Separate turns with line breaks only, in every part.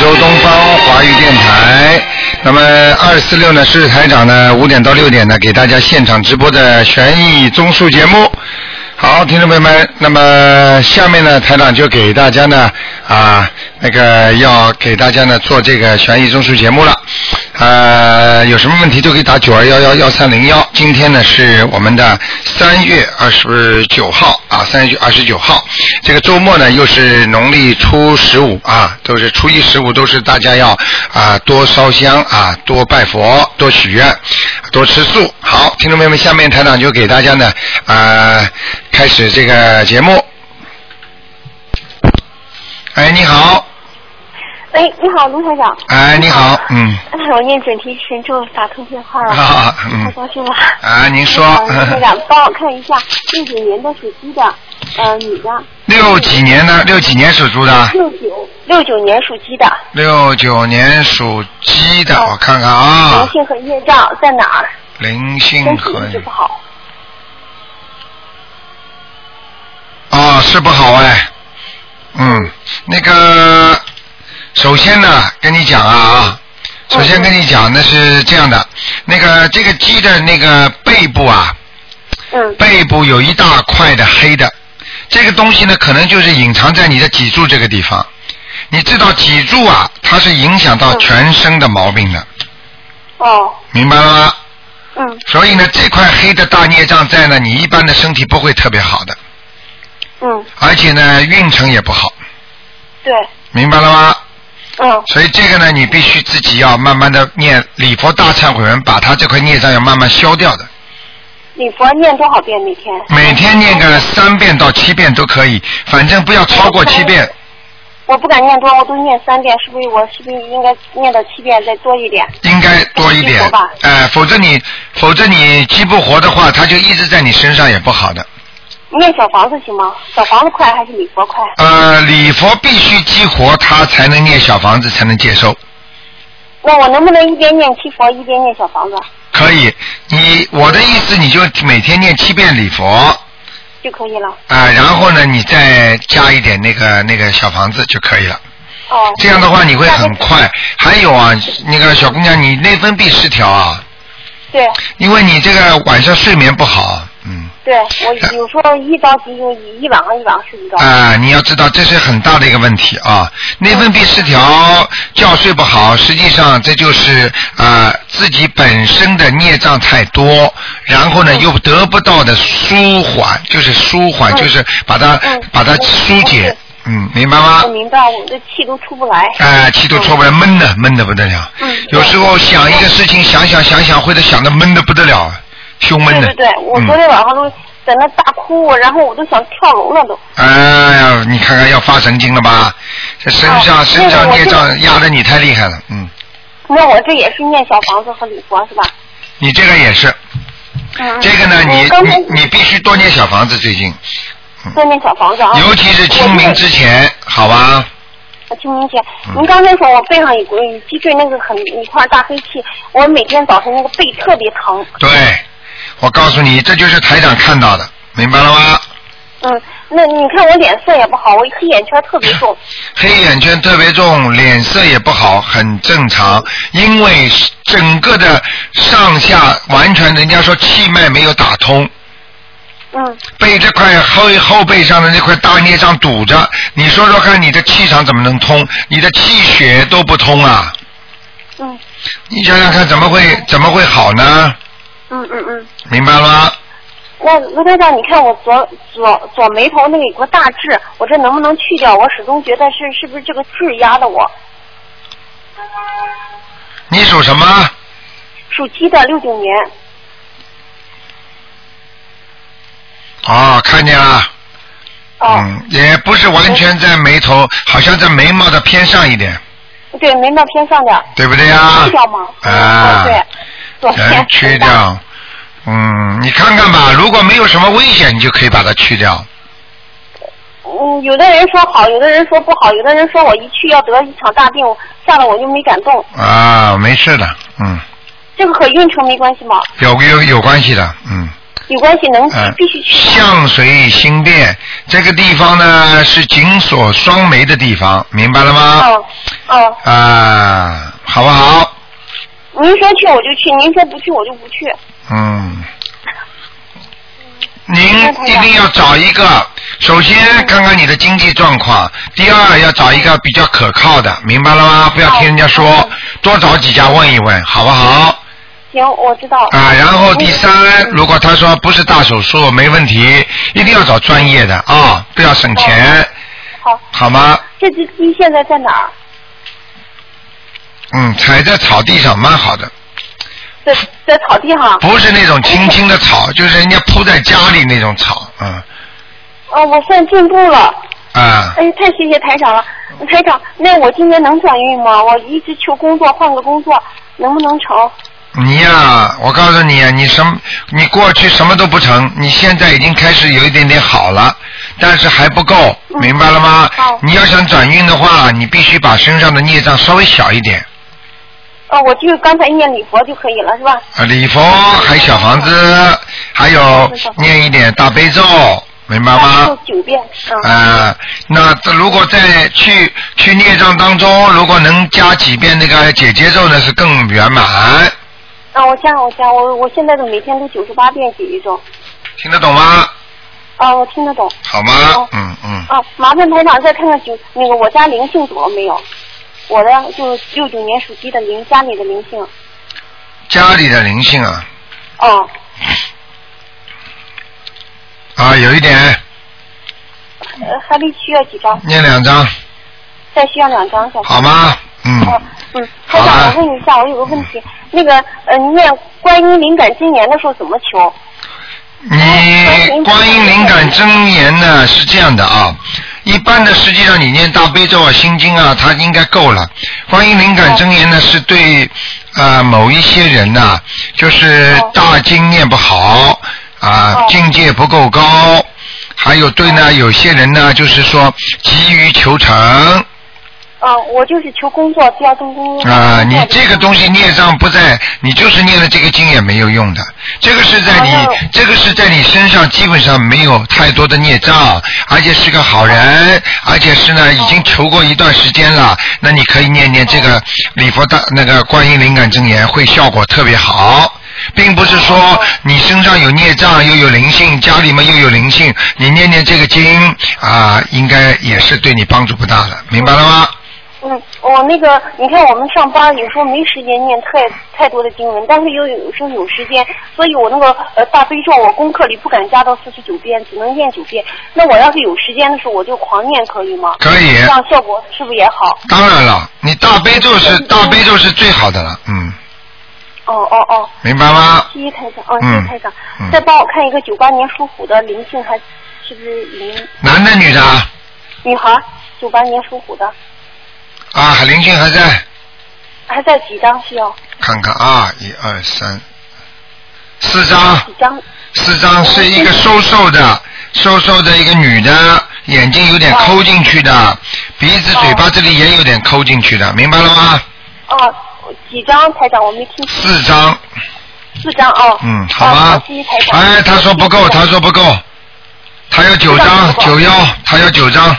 州东方华语电台。那么二四六呢是台长呢五点到六点呢给大家现场直播的悬疑综述节目。好，听众朋友们，那么下面呢台长就给大家呢啊那个要给大家呢做这个悬疑综述节目了。呃，有什么问题都可以打九二幺幺幺三零幺。今天呢是我们的三月二十九号啊，三月二十九号，这个周末呢又是农历初十五啊，都是初一十五都是大家要啊多烧香啊，多拜佛，多许愿，多吃素。好，听众朋友们，下面台长就给大家呢啊开始这个节目。哎，你好，
喂，你好，卢台长。
哎，你好，嗯，
哎我念准提神咒打通电话了，
好，
太
嗯，
高兴了。
啊，您说。
哎卢台长，帮我看一下六九年的属鸡的，呃，女
啊
的，
六几年的？六几年属猪的？
六九六九年属鸡
啊
的，
六九年属鸡的，我看看
灵
啊，
性和业障在哪儿？
灵性
身体
和
一直不好，
哦是不好哎，嗯，那个首先呢，跟你讲啊啊，首先跟你讲那是这样的，那个这个鸡的那个背部啊，
嗯，
背部有一大块的黑的，这个东西呢，可能就是隐藏在你的脊柱这个地方。你知道脊柱啊，它是影响到
嗯
全身的毛病的，
哦，
明白了吗？
嗯
所以呢，这块黑的大孽障在呢，你一般的身体不会特别好的，
嗯，
而且呢，运程也不好，
对，
明白了吗？
嗯
所以这个呢，你必须自己要慢慢的念礼佛大忏悔文，把它这块孽障要慢慢消掉的。
礼佛念多少遍每天？
每天念个三遍到七遍都可以，反正不要超过七遍。
我不敢念多，我都念三遍，是不是？我是不是应该念到七遍再多一点？
应该多一点
多吧，
哎、否则你，否则你激不活的话，它就一直在你身上也不好的。
念小房子行吗？小房子快还是礼佛快？
呃，礼佛必须激活它才能念小房子才能接受，
那我能不能一边念七佛一边念小房子
可以。你我的意思，你就每天念七遍礼佛啊、
就可以了？
然后呢，你再加一点那个那个小房子就可以了。
哦，
这样的话你会很快。还有啊，那个小姑娘，你内分泌失调啊，
对
因为你这个晚上睡眠不好，嗯。
对，我有时候一着急就一一晚上一晚上睡不着。
啊、你要知道这是很大的一个问题啊！内分泌失调、觉睡不好，实际上这就是啊、自己本身的孽障太多，然后呢
嗯
又得不到的舒缓，就是舒缓，
嗯
就是把它、
嗯
把它
我
疏解
我，
嗯，明白吗
我？明白，我这气都出不来。
啊、气都出不来，闷的闷的不得了。
嗯
有时候想一个事情，想想想想，或者想的闷的不得了，胸闷
对
的。
对对，我
嗯
昨天晚上都在那大哭，然后我都想跳楼了都。
哎呀，你看看要发神经了吧？这身上、
哦
身
那
上
个我
孽
就
障压得你太厉害了，嗯，
那我这也是念小房子和礼佛是吧？
你这个也是，
嗯。
这个呢，
嗯
你
我刚才
你你必须多念小房子，最近，
在念小房子啊。
尤其是清明之前，好吧？
我听您讲，
嗯
您刚才说我背上有个有脊椎那个很一块大黑气，我每天早晨那个背特别疼，
对，我告诉你，这就是台长看到的，明白了吗？
嗯，那你看我脸色也不好，我黑眼圈特别重，
黑眼圈特别重，脸色也不好，很正常，因为整个的上下完全，人家说气脉没有打通，
嗯，
被这块后后背上的那块大孽障堵着，你说说看，你的气场怎么能通？你的气血都不通啊！
嗯
你想想看，怎么会怎么会好呢？
嗯嗯嗯。
明白了吗？
那卢台长，你看我左左左眉头那个有个大痣，我这能不能去掉？我始终觉得是是不是这个痣压的我？
你属什么？
属鸡的六九年，
哦，看见了，
哦，
嗯，也不是完全在眉头，好像在眉毛的偏上一点，
对，眉毛偏上点儿，
对不对呀
去？掉吗？
啊
哦对，左
嗯
边
去。掉。嗯，你看看吧，如果没有什么危险，你就可以把它去掉。
嗯，有的人说好，有的人说不好，有的人说我一去要得一场大病，吓得我就没敢动。
啊，没事的，嗯，
这个和运程没关系吗？
有有有关系的，嗯。
有关系，能
嗯
必须去掉。
相随心变，这个地方呢是紧锁双眉的地方，明白了吗？
哦，嗯，
啊，好不好？
您说去我就去，您说不去我就不去。
嗯，您
那台长
一定要找一个，首先看看你的经济状况，第二要找一个比较可靠的，明白了吗？不要听人家说
好，
多找几家问一问，好不好？
行，我知道。
啊，然后第三，
嗯
如果他说不是大手术没问题，一定要找专业的啊、不要省钱，
好，
好吗？
这只鸡现在在哪儿？
嗯，踩在草地上蛮好的，
在在草地上。
不是那种青青的草，就是人家铺在家里那种草，嗯
哦，我算进步了。
啊。
哎，太谢谢台长了。台长，那我今年能转运吗？我一直求工作，换个工作，能不能成？
你呀、我告诉你，你什么，你过去什么都不成，你现在已经开始有一点点好了，但是还不够，
嗯
明白了吗？
好
你要想转运的话，你必须把身上的孽障稍微小一点
哦，我就刚才念礼佛就可以了，是吧？
啊，礼佛，还有小房子，还有
知道
念一点大悲咒，明白
大
吗？
概就九遍。嗯。
啊，那这如果在去去孽障当中，如果能加几遍那个解结咒呢，是更圆满，
啊，我加我加我我现在都每天都九十八遍解一咒。
听得懂吗？
啊，我听得懂。
好吗
哦？
嗯嗯。
啊，麻烦台长再看看九那个我家灵性走了没有？我的就是六九年属鸡的灵，家里的灵性。
家里的灵性啊
哦，
啊，有一点，
呃，还得需要几张？
念两张，
再需要两张，小
好吗？嗯，
哦，嗯，
好
台
啊
长，我问一下，我有个问题，那个呃，念观音灵感真言的时候怎么求？
你观音哎灵感真言呢是这样的啊，一般的实际上你念大悲咒啊、心经啊，它应该够了。观音灵感真言呢是对啊、呃某一些人呐、就是
哦
大经念不好啊、
哦
境界不够高，还有对呢有些人呢就是说急于求成。
嗯、我就是求工作，第二份工作。
啊、你这个东西孽障不在，你就是念了这个经也没有用的。这个是在你
哦，
这个是在你身上基本上没有太多的孽障，而且是个好人，而且是呢已经求过一段时间了。那你可以念念这个礼佛大那个观音灵感真言，会效果特别好。并不是说
哦
你身上有孽障又有灵性，家里面又有灵性，你念念这个经啊、应该也是对你帮助不大的，明白了吗？
嗯，我那个，你看我们上班有时候没时间念太太多的经文，但是又有时候有时间，所以我那个呃大悲咒，我功课里不敢加到四十九遍，只能念九遍。那我要是有时间的时候，我就狂念，可以吗？
可以。
这样效果是不是也好？
当然了，你大悲咒是大悲咒是最好的了，嗯，
哦哦哦，
明白吗？
谢谢台长，哦，谢
嗯
谢台长，
嗯
再帮我看一个九八年属虎的灵性还是不是灵
男的女的啊？
女孩？九八年属虎的
啊，灵性还在，
还在几张需要？
看看啊，一二三，四张，
几张？
四张是一个瘦瘦的，瘦瘦的一个女的，眼睛有点抠进去的，鼻子、嘴巴这里也有点抠进去的，明白了吗？
哦，几张台长？我没听清。
四张，
四张哦。
嗯，好
啊
吗
谢谢台？长。嗯
哎，他说不够，他说不够，他要九张，九幺，他要九张，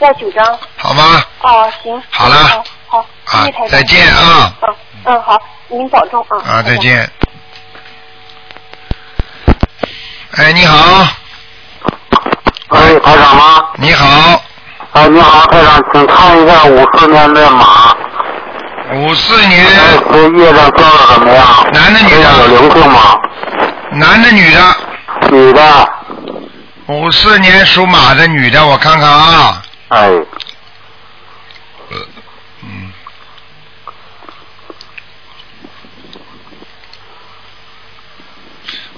要九张。
好吗？
哦，行。
好了
哦好，谢
啊
谢台长。，
再见啊。
嗯嗯，好，您保重啊。
啊，
台
再
长。
见。哎，你好，哎
喂，台长吗？
你好，
哎，你好，台长，请看一下五四年的马，
五四年，
这次业障消的怎么样？
嗯男的女的
身上有灵性吗？
男的女的？
女的。
五四年属马的女的，我看看啊，
哎，
嗯，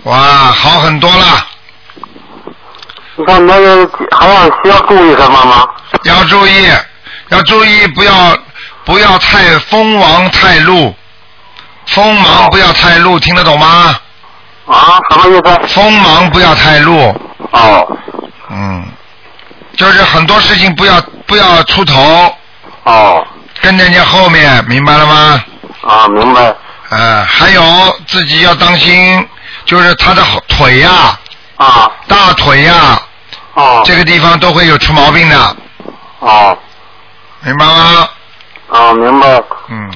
哇，好很多了，
你看那个还要需要注意什么吗？
要注意，要注意，不要不要太锋芒太露，锋芒不要太露，听得懂吗？
啊，什么意思？
锋芒不要太露，
哦，
嗯，就是很多事情不要不要出头，
哦，
跟人家后面，明白了吗？
啊，明白。
呃，还有自己要当心，就是他的后腿呀、
啊，
大腿呀、
哦，
这个地方都会有出毛病的，
哦，啊
明白吗？嗯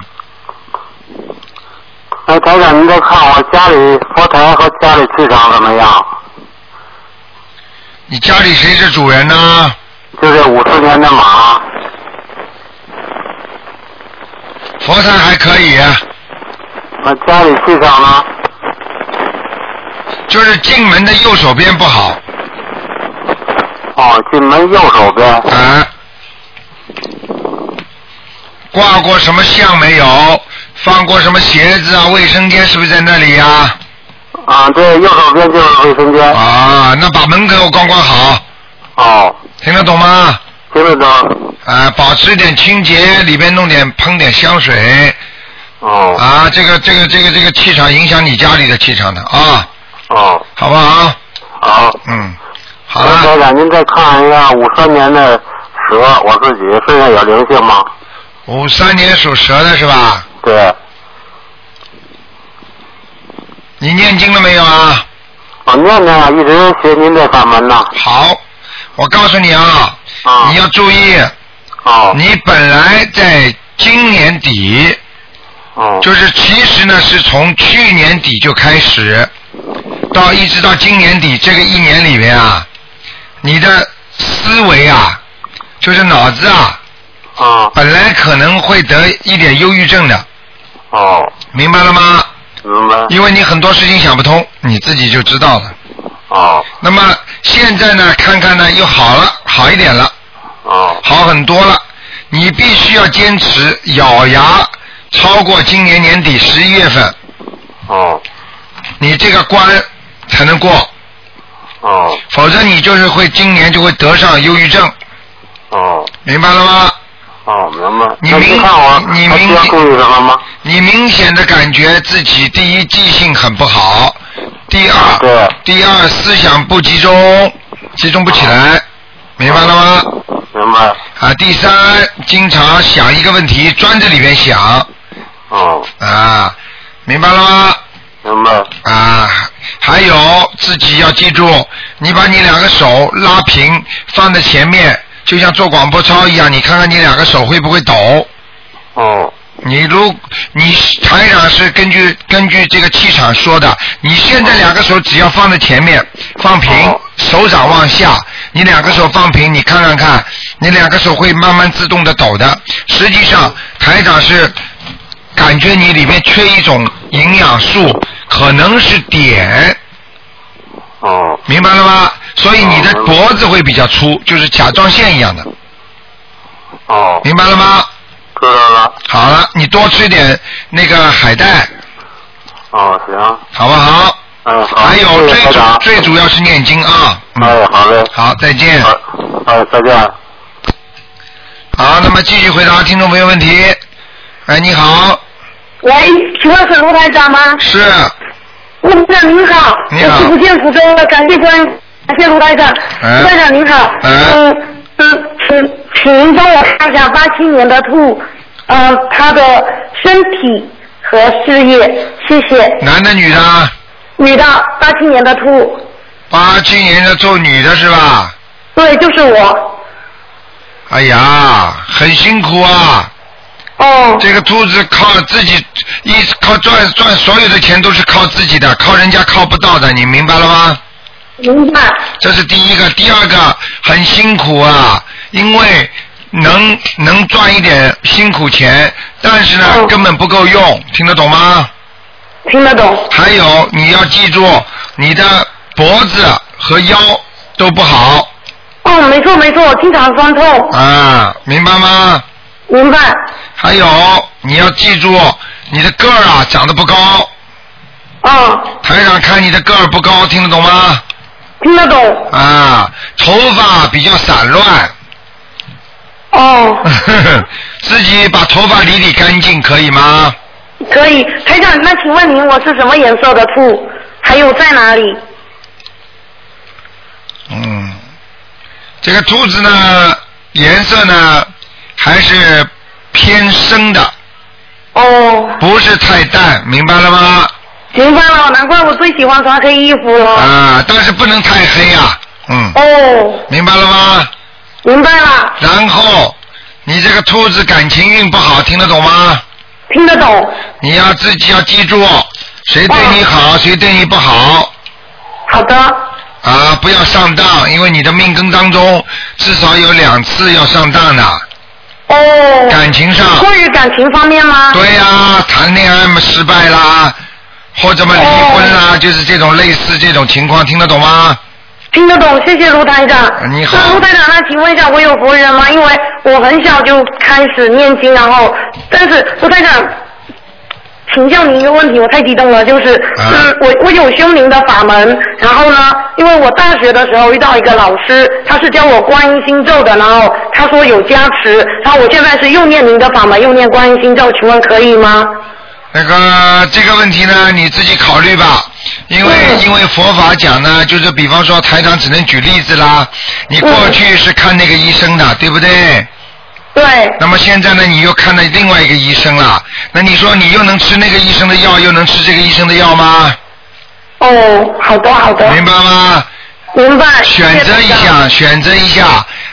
哎看我家里佛台和家里气场怎么样？
你家里谁是主人呢？
就是五四年的马，
佛台还可以，
那家里气场呢？
就是进门的右手边不好
哦，进门右手边。
啊。挂过什么像没有？放过什么鞋子啊？卫生间是不是在那里呀、
啊，对，右手边就是卫生间。
啊，那把门给我关关好，
哦，
听得懂吗？
听得懂。
啊，保持一点清洁，里边弄点喷点香水
哦。
啊，这个这个这个这个气场影响你家里的气场的啊，
哦，
好不好？
好。
嗯，好
那
了，
台长，您再看一下五三年的蛇，我自己身上有灵性吗？
五三年属蛇的是吧？
对，
你念经了没有啊？
我念念啊，一直学您这法门呢。
好，我告诉你啊，
啊。
你要注意，
哦。
你本来在今年底，
哦。
就是其实呢是从去年底就开始，到一直到今年底这个一年里面啊，你的思维啊，就是脑子啊，
啊。
本来可能会得一点忧郁症的，
哦，
明白了吗？
明白。
因为你很多事情想不通，你自己就知道了。
哦。
那么现在呢，看看呢又好了，好一点了。
哦。
好很多了。你必须要坚持咬牙，超过今年年底十一月份，
哦。
你这个关才能过，
哦。
否则你就是会今年就会得上忧郁症，
哦。
明白了吗？
哦，明白。
你
那
明
您看我，
你
还
明
需要注意什么吗？
你明显的感觉自己第一记性很不好，第二
对，
第二思想不集中，集中不起来，明白了吗？
明白。
啊，第三，经常想一个问题，钻在里面想
哦，
啊，明白了吗？
明白。
啊，还有自己要记住，你把你两个手拉平，放在前面，就像做广播操一样，你看看你两个手会不会抖。
哦。
你如你台长是根据根据这个气场说的，你现在两个手只要放在前面，放平
哦，
手掌往下，你两个手放平，你看看看，你两个手会慢慢自动的抖的。实际
嗯
上，台长是感觉你里面缺一种营养素，可能是碘，
哦。
明白了吗？所以你的
哦
脖子会比较粗，就是甲状腺一样的，
哦。
明白了吗？
知道了。
好了，你多吃点那个海带，
哦，行。
好不好？
嗯，好。
还有
谢谢
最
台
主
长
最主要是念经啊。嗯，
哎，好嘞。
好，再见。
好，哎，再见。
好，那么继续回答听众朋友问题。哎，你好，
喂，请问是卢台长吗？
是
卢台长您好，
你好
我是福建福州的，感谢关，感谢卢台长。
哎
卢台长您好，
哎
嗯嗯，请请您帮我看一下八七年的兔，呃，他的身体和事业，谢谢。
男的女的？
女的，八七年的兔，
八七年的做女的是吧？
对，就是我。
哎呀，很辛苦啊！
哦，
这个兔子靠自己，一靠赚赚所有的钱都是靠自己的，靠人家靠不到的，你明白了吗？
明白。
这是第一个，第二个很辛苦啊，因为能能赚一点辛苦钱，但是呢、
嗯
根本不够用，听得懂吗？
听得懂，
还有你要记住，你的脖子和腰都不好
哦，没错没错，我经常酸痛，
啊，明白吗？
明白，
还有你要记住，你的个儿啊长得不高，
哦，
台长看你的个儿不高，听得懂吗？
听得懂，
啊，头发比较散乱，
哦，
自己把头发理理干净可以吗？
可以，台长，那请问您我是什么颜色的兔？还有在哪里？
嗯，这个兔子呢，颜色呢还是偏深的，
哦，
不是太淡，明白了吗？
明白了，难怪我最喜欢穿黑衣服了。
啊，但是不能太黑啊，嗯，
哦，
明白了吗？
明白了，
然后你这个兔子感情运不好，听得懂吗？
听得懂。
你要自己要记住，谁对你好，谁对你不好
好的，
啊，不要上当，因为你的命根当中至少有两次要上当的，
哦。
感情上
关于感情方面吗？
对呀、谈恋爱嘛失败啦，或者嘛离婚啦，就是这种类似这种情况，听得懂吗？
听得懂，谢谢卢台长。
啊你好
那卢台长，那请问一下，我有佛缘吗？因为我很小就开始念经，然后，但是卢台长，请教您一个问题，我太激动了，就是，
啊
嗯，我我有修您的法门，然后呢，因为我大学的时候遇到一个老师，他是教我观音心咒的，然后他说有加持，然后我现在是又念您的法门，又念观音心咒，请问可以吗？
那个这个问题呢，你自己考虑吧，因为、
嗯
因为佛法讲呢，就是比方说台长只能举例子啦，你过去是看那个医生的，对不对？
对，
那么现在呢，你又看了另外一个医生了，那你说你又能吃那个医生的药，又能吃这个医生的药吗？
哦，好的好的，
明白吗？
明白。
选择一
谢谢台长
下，选择一下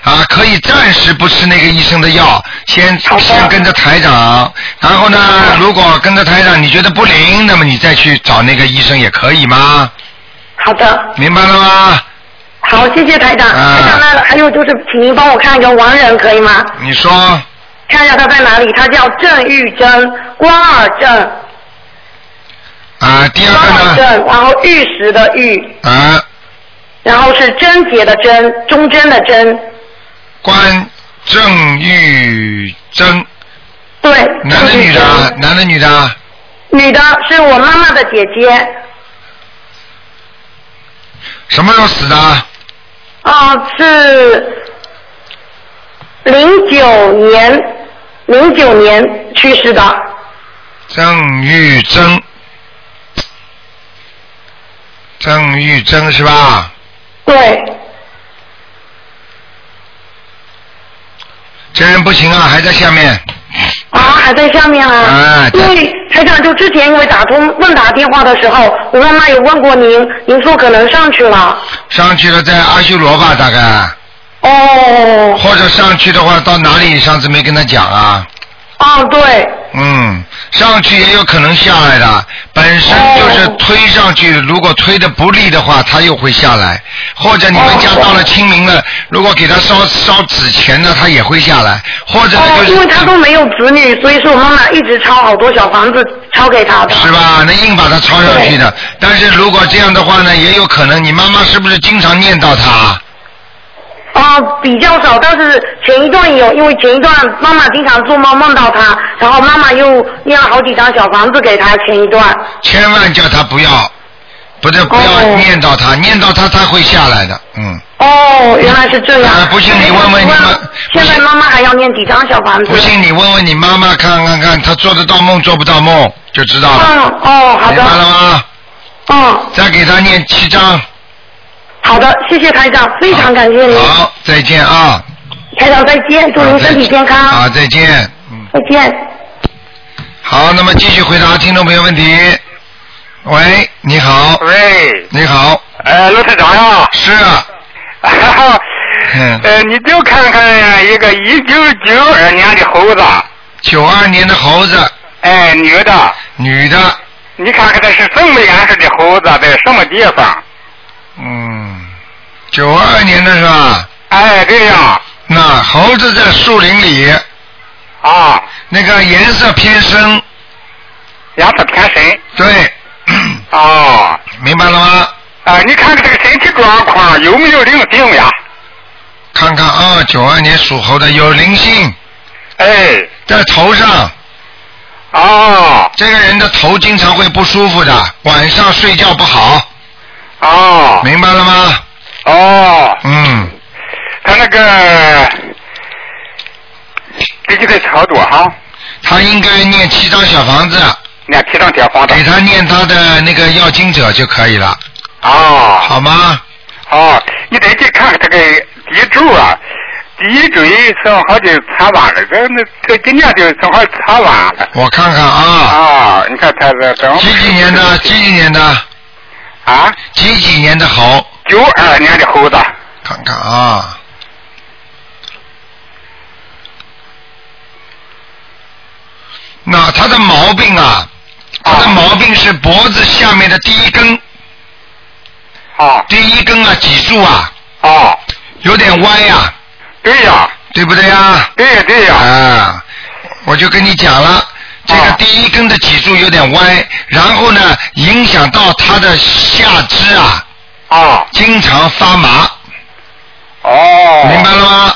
啊，可以暂时不吃那个医生的药，先
好的
先跟着台长，然后呢，如果跟着台长你觉得不灵，那么你再去找那个医生也可以吗？
好的。
明白了吗？
好，谢谢台长。
啊
台长，那还有就是，请您帮我看一个亡人可以吗？
你说
看一下他在哪里？他叫郑玉珍，光耳郑，
啊，第二
光
个呢
耳郑，然后玉石的玉，
啊，
然后是贞洁的贞，忠贞的贞。
关郑玉珍，
对，
男的
郑
女
玉
的啊？
珍
男的女的啊？
女的是我妈妈的姐姐，
什么时候死的啊？
啊、是零九年，零九年去世的。
郑玉珍，郑玉珍是吧？
对，
这人不行啊，还在下面。
啊，还在下面啊。
哎对
因为台长就之前因为打通问答电话的时候，我妈妈有问过您，您说可能上去了。
上去了，在阿修罗吧，大概，啊
哦，
或者上去的话，到哪里？上次没跟他讲啊。
哦对，
嗯，上去也有可能下来的，本身就是推上去，如果推的不利的话，他又会下来。或者你们家到了清明了，如果给他烧烧纸钱呢，他也会下来。或者呢
哦
就，是嗯
因为他都没有子女，所以说我妈妈一直抄好多小房子抄给他的。
是吧？那硬把他抄上去的。但是如果这样的话呢，也有可能你妈妈是不是经常念叨他？
哦，比较少，但是前一段有，因为前一段妈妈经常做梦梦到他，然后妈妈又念了好几张小房子给他。前一段，
千万叫他不要，不是不要
哦
念叨他，念叨他他会下来的。嗯，
哦，原来是这样。哎
啊不信你问问你妈
现在妈妈还要念几张小房子？
不信你问问你妈妈看看看，她做得到梦做不到梦就知道了。
嗯，哦，好
啊明白了
的，
吗？
嗯，
再给她念七章。
好的，谢谢台长，非常感谢您，
好，再见啊！
台长再见，祝
啊
您
再
身体
见
健
啊，
康，
再见。嗯，
再见。
好，那么继续回答听众朋友问题。喂，你好，
喂，
你好，
呃，陆台长呀、
是啊，
啊，
嗯
呃，你就看看一个一九九二年的猴子，
九二年的猴子，
哎，女的，
女的，
你看看她是什么颜色的猴子，在什么地方？
嗯，九二年的是吧？
哎，这样
那猴子在树林里，
啊，
那个颜色偏深，
颜色偏深。
对，
哦，
明白了吗？
啊、你看看这个身体状况有没有灵性呀？
看看啊，九、2二年属猴的有灵性，
哎，
在头上，
哦，
这个人的头经常会不舒服的，晚上睡觉不好，
哦，
明白了吗？
哦，
嗯，
他那个最近在操作哈，
他应该念七张小房子，
那提上铁黄的
给。他念他的那个要经者就可以了，
哦，
好吗？
哦，你得去看看这个脊柱啊，脊椎正好就擦弯了，这那这今年就正好擦弯了。
我看看啊，
啊，你看他这正好
几几年的？几几年的？
啊，
几几年的猴？
九二年的猴子。
看看啊。那他的毛病啊，他的毛病是脖子下面的第一根，
哦
啊
第一根啊，脊柱啊，
啊，
有点歪呀、
对呀，
对不对呀、
对呀对呀，
啊，我就跟你讲了，这个
啊
第一根的脊柱有点歪，然后呢，影响到他的下肢啊，
哦
啊
经常发麻，
哦，
明白了
哦
吗？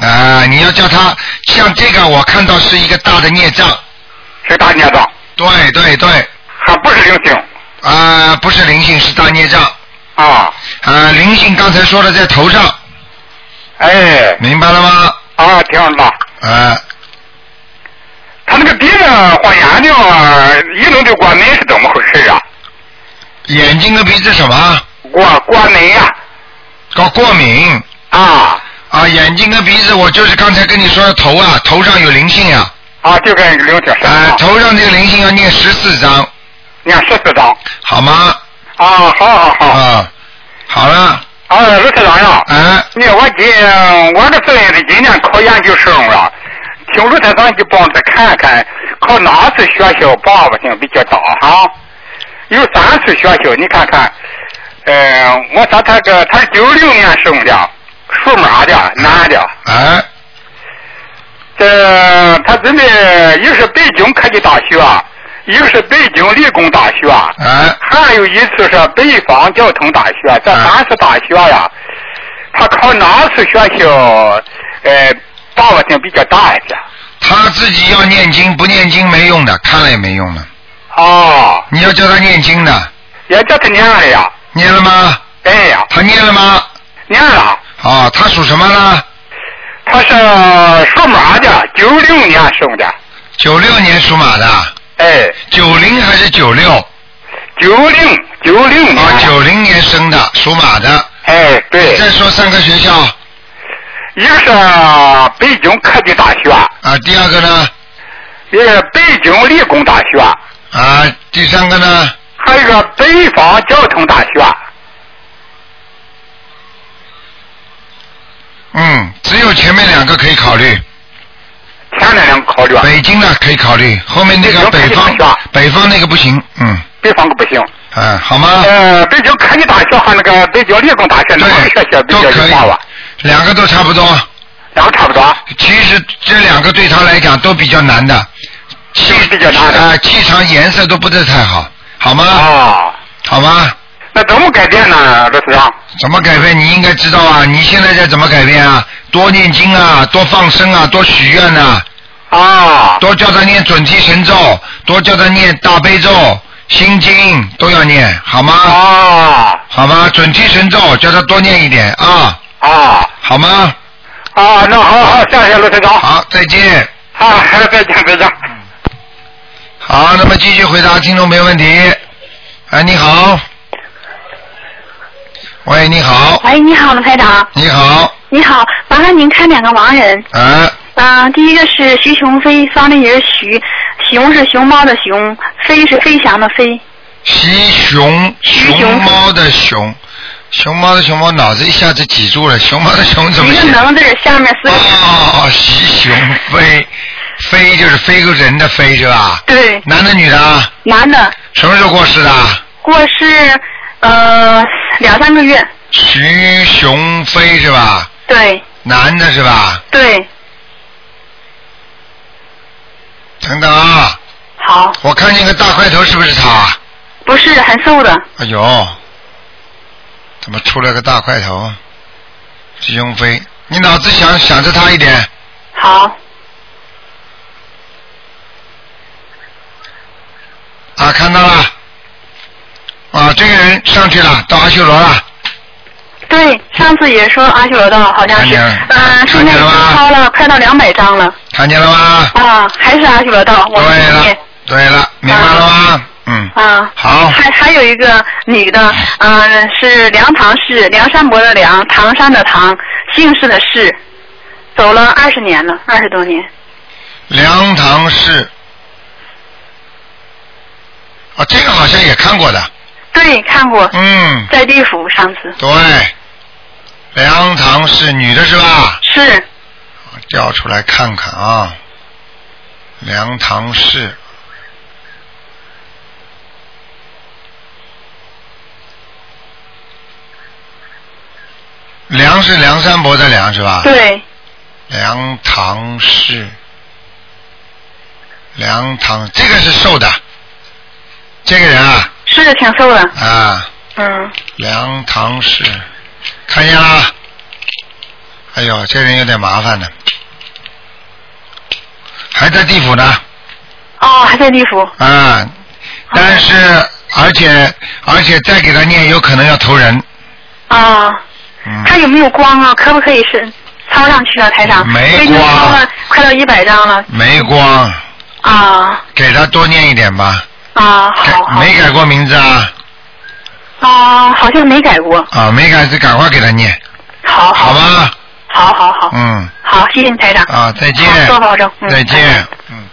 啊，
啊，你要叫他像这个，我看到是一个大的孽障，
是大孽障，
对对对，
还不是灵性
啊，不是灵性，是大孽障，
哦
啊，
啊，灵性刚才说了在头上，
哎
明白了吗？
哦
啊，听了。
啊，
他那个鼻子换眼睛啊，一弄就关门是怎么回事啊？
眼睛和鼻子什么？
关关门呀、
搞过敏
啊
啊，眼睛和鼻子，我就是刚才跟你说的头啊，头上有灵性呀、
啊，就跟刘挺说
啊，
的，
头上这个灵性要念十四章，
念十四章
好吗？
啊，好好好，
啊，好了，
啊，卢市长呀，
啊，
你我今我的孙子今年考研究生了，请卢台长去帮他看看，考哪次学校爸爸性比较大哈？有三次学校，你看看，呃，我说他个他是九六年生的，属马的，男的。
啊，
这他准备一个是北京科技大学，啊一个是北京理工大学，
啊，
还有一次是北方交通大学。啊这
嗯
三次大学啊呀，他考哪次学校，呃，把握性比较大一些？
他自己要念经，不念经没用的，看了也没用的。
哦，
你要叫他念经的，
也叫他念了呀，
念了吗？
哎呀，
他念了吗？
念了。
啊，他属什么呢？
他是属马的，九六年生的，
九六年属马的，
哎，
九零还是九六？
九零九零年，
啊，九零年生的，属马的。
哎，对，
再说三个学校
一个是北京科技大学。
啊，第二个呢？
一个北京理工大学，
啊，第三个呢？
还有一个北方交通大学。
嗯，只有前面两个可以考虑。
前两天考虑，啊
北京的可以考虑，后面那个
北
北方
京可以考虑是吧
北方那个不行，嗯，
北方可不行。
嗯，好吗？
呃，北京科技大学和那个北京理工大学哪个学
对
校，比
都可
较有把
以啊
握？，
两个都差不多。
两个差不多。
其实这两个对他来讲都比较难的，气
都比较难的
啊、气场颜色都不是太好，好吗？
啊，
好吗？
那怎么改变呢，罗司长？
怎么改变？你应该知道啊！你现在在怎么改变啊？多念经啊，多放生啊，多许愿呐、
啊，
多叫他念准提神咒，多叫他念大悲咒、心经，都要念，好吗？
啊
好吗？准提神咒，叫他多念一点啊，
啊
好吗？
啊！那好好，谢谢罗司长。
好，再见。
啊，再见再见。
好，那么继续回答听众朋友问题。哎，你好。喂，你好，
喂，你好，卢台长，
你好，
你好，麻烦您看两个盲人，
啊，
啊、第一个是徐雄飞，方立人徐，熊是熊猫的熊，飞是飞翔的飞，
习熊，
徐熊
熊猫的熊，熊猫的熊猫脑子一下子挤住了，熊猫的熊怎么
一个
写？
能字儿下面四
哦
个，
哦哦，习熊飞，飞就是飞个人的飞是吧？
对，
男的女的啊？
男的，
什么时候过世的啊？
过世呃两三个月，
徐熊飞是吧？
对
男的是吧？
对，
等等啊，
好，
我看见个大块头，是不是他？
不是很瘦的，
哎呦，怎么出来个大块头？徐雄飞，你脑子想想着他一点，
好，
啊，看到了，啊，这个人上去了，到阿修罗了，
对，上次也说阿修罗道好像是，
看见了
嗯、现
哎看
在已
见了
经
吗
超了快到两百张了，
看见了吗？
啊，还是阿修罗道，我
对
们
了
念，
对了，明白了吗？嗯，
啊。
好，
还还有一个女的，嗯、是梁唐氏，梁山伯的梁，唐山的唐，姓氏的氏，走了二十年了，二十多年。
梁唐氏，啊，这个好像也看过的，
对，看过，
嗯，
在地府上次
对，梁唐氏女的是吧？
是，
我调出来看看啊，梁唐氏，梁是梁山伯的梁是吧？。
对，
梁唐氏，梁唐这个是瘦的，这个人啊
是挺瘦的，
啊，
嗯，
梁唐氏，看见啦？哎呦，这人有点麻烦呢，还在地府呢
哦，还在地府，
啊，但是
哦
而且而且再给他念，有可能要投人，
啊，
嗯，
他有没有光啊？可不可以是抄上去啊，台长？
没
我已经
光
抄了快到一百张了，
没光，
啊
给他多念一点吧，
啊，
改
好好，
没改过名字啊
啊，好像没改过，
啊，没改就赶快给他念，
好
好
好，
吧？
好好好，
嗯。
好，谢谢你台长，
啊，再见。
好多保重嗯
再见。嗯。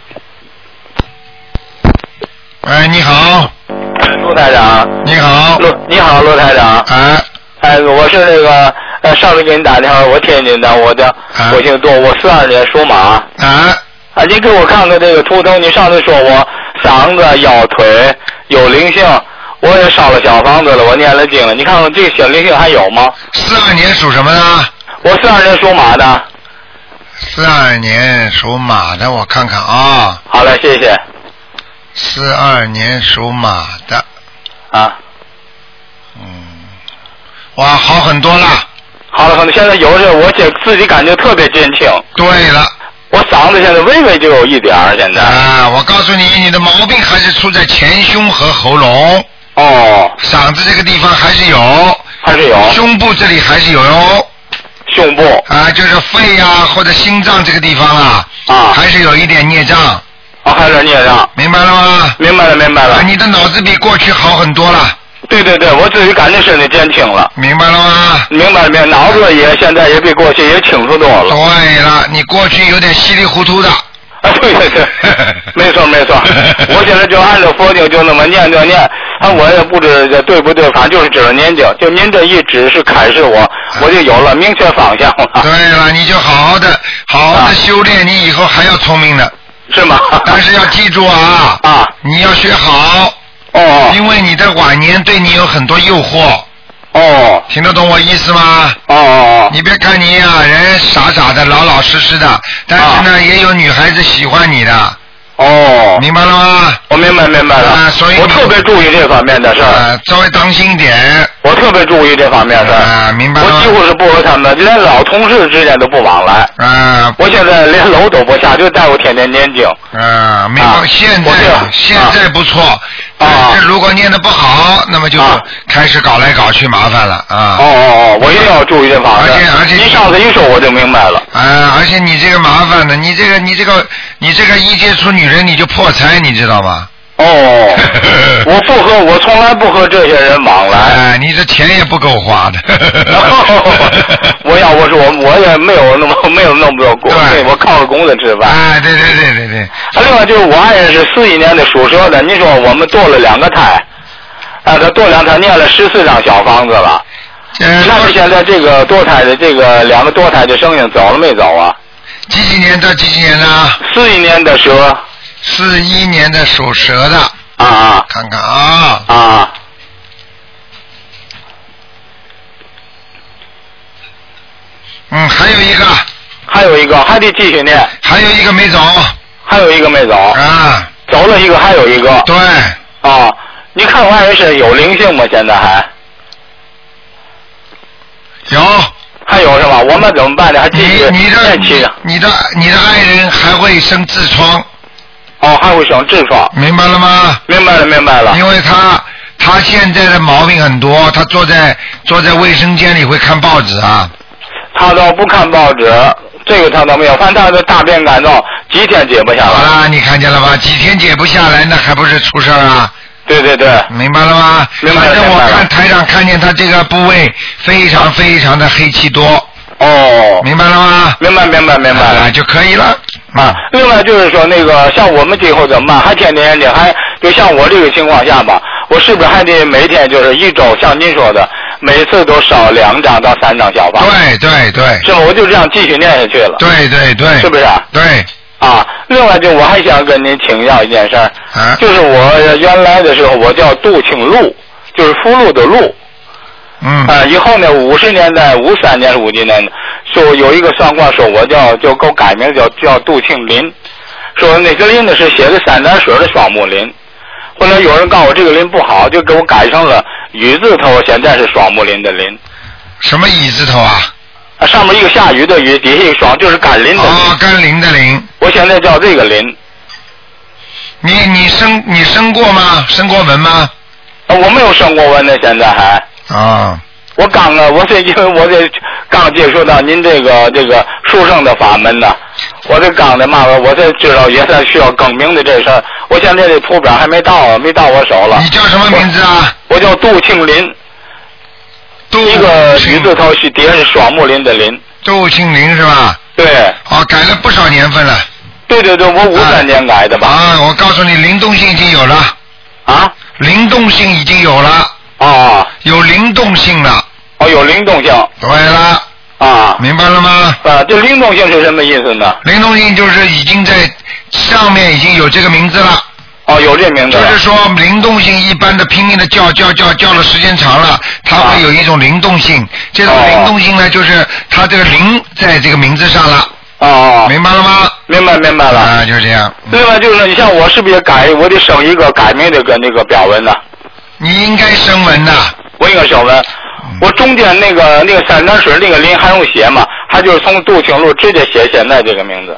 喂，你好，
呃陆台长，
你好，
陆你好，陆台长，
哎，
哎，我是那个呃，上次给您打电话，我天津的，我的、
啊
我姓杜，我四二年属马，啊，
哎，
您给我看看这个图腾，您上次说我嗓子、咬腿有灵性，我也烧了小房子了，我念了经了，你看看这个小灵性还有吗？
四二年属什么呢？
我四二年属马的，
四二年属马的，我看看啊，
好嘞，谢谢，
四二年属马的，
啊，
嗯，哇，好很多了。
好了，可能现在有的时候我姐自己感觉特别坚挺，
对了，
我嗓子现在微微就有一点儿，现在，
啊，我告诉你，你的毛病还是出在前胸和喉咙，
哦，
嗓子这个地方还是有，
还是有
胸部这里还是有哟。
胸部
啊，就是肺呀、或者心脏这个地方啊，
啊，
还是有一点孽障，
啊，还有点孽障。
明白了吗？
明白了，明白
啊，
了。
你的脑子比过去好很多了，
对对对，我自己感觉身体坚挺了，
明白了吗？
明白了，明白了。脑子也现在也比过去也清楚多了。
对了，你过去有点稀里糊涂的，
啊，对对 对，没错没错。我现在就按照佛经就那么念就念，啊，我也不知道对不对，反正就是指着念经。就您这一指是开示我，我就有了明确方向了，
对了，你就好好的，好好的
啊
修炼，你以后还要聪明的，
是吗？
但是要记住啊，
啊，
你要学好，
哦
因为你的晚年对你有很多诱惑，
哦
听得懂我意思吗？
哦哦
你别看你呀、人傻傻的，老老实实的，但是
啊
呢，也有女孩子喜欢你的，
哦，
明白了吗？
我明白明白
啊
了
所以，
我
你
特别注意这方面的事儿。
呃，稍微当心一点，
我特别注意这方面的事儿
啊明白了
我几乎是不和他们，连老同事之间都不往来。
啊、
我现在连楼都不下，就带我天天念经。
呃，啊、明白。
啊
现在
我这样
现在不错，但是如果念的不好，那么就
啊
开始搞来搞去，麻烦了啊。
哦哦哦，我一定要注意这方面。
而且而且
您上次一说我就明白了。
啊，而且你这个麻烦的，你这个你这个你这个一接触女人你就破财，你知道吗？
哦，我不和我从来不和这些人往来。
哎、你这钱也不够花的。
我要我说我我也没有那么 没有那么多工，
对
对我靠着工作吃 饭。啊
哎，对对对对对，
另外就是我爱人是四一年的属蛇的，你说我们堕了两个胎，啊，他堕两胎念了十四张小房子了。
呃，
那你现在这个堕胎的这个两个堕胎的声音走了没走啊？
几几年到几几年呢？
四一年的蛇
四一年的属蛇的，
啊
看看啊，
啊啊
嗯，还有一个，
还有一个还得继续念，
还有一个没走
还有一个没走，
啊，
走了一个还有一个
对，
啊。你看我爱人是有灵性吗？现在还
有
还有是吧？我们怎么办呢？还继
你
续
你
念七
的你的你的爱人还会生痔疮，
哦，还会生痔疮。
明白了吗？
明白了，明白了。
因为他他现在的毛病很多，他坐在坐在卫生间里会看报纸啊，
他倒不看报纸，这个他倒没有，反正他的大便干燥，几天解不下
好
来。
啦，你看见了吧？几天解不下来，那还不是出事儿啊？
对对对，
明白了吗？
明白了
反正我
明白了
看台长看见他这个部位非常非常的黑气多，
哦，
明白了吗？
明白明白明白
啊
了。
就可以了。
啊，另外就是说那个，像我们今后怎么办？还天天的，还就像我这个情况下吧，我是不是还得每天就是一周，像您说的，每次都烧两张到三张小房子，
对对对
是吗？我就这样继续念下去了，
对对对，
是不是啊？
对，
啊，另外就我还想跟您请教一件事儿，
啊
就是我原来的时候我叫杜庆禄，就是福禄的禄，
嗯
啊、以后呢，五十年代、五三年、五几年，说有一个算卦说我叫就给我改名叫叫杜庆林，说那个林呢是写的三点水的双木林，后来有人告我这个林不好，就给我改成了雨字头，现在是双木林的林，
什么椅字头啊？
啊，上面一个下雨的雨，底下一个双，就是甘霖的霖。
哦，甘霖的霖。
我现在叫这个林，
你你生你生过吗？生过文吗？
啊我没有升过温呢，现在还。
啊，
我刚啊，我这因为我这刚接触到您这个这个书生的法门呢，我这刚的嘛，我这知道也算需要更名的这事儿。我现在这图表还没到，没到我手了
你。叫什么名字啊？
我叫杜庆林，
杜
一个雨
庆
字头是底下是双木林的林。
杜庆林是吧？
对，
哦，改了不少年份了。
对对对，我五
啊
三年改的吧？
啊，我告诉你，灵动性已经有了，
啊，
灵动性已经有了，
哦
有灵动性了。
哦，有灵动性
对了，
啊
明白了吗？
啊，这灵动性是什么意思呢？
灵动性就是已经在上面已经有这个名字了。
哦，有这名字
就
了。
是说，灵动性一般的拼命的叫叫叫叫的时间长了，它会有一种灵动性。这种灵动性呢，就是它这个灵在这个名字上了，
哦，
明白了吗？
明白明白了。
啊，就是这样。嗯
另外就是，你像我是不是也改？我得升一个改名这个那个表文呢、
你应该声纹的，
我一个小文，
嗯
我中间那个那个三点水那个林还用写吗？他就是从杜庆路直接写现在这个名字。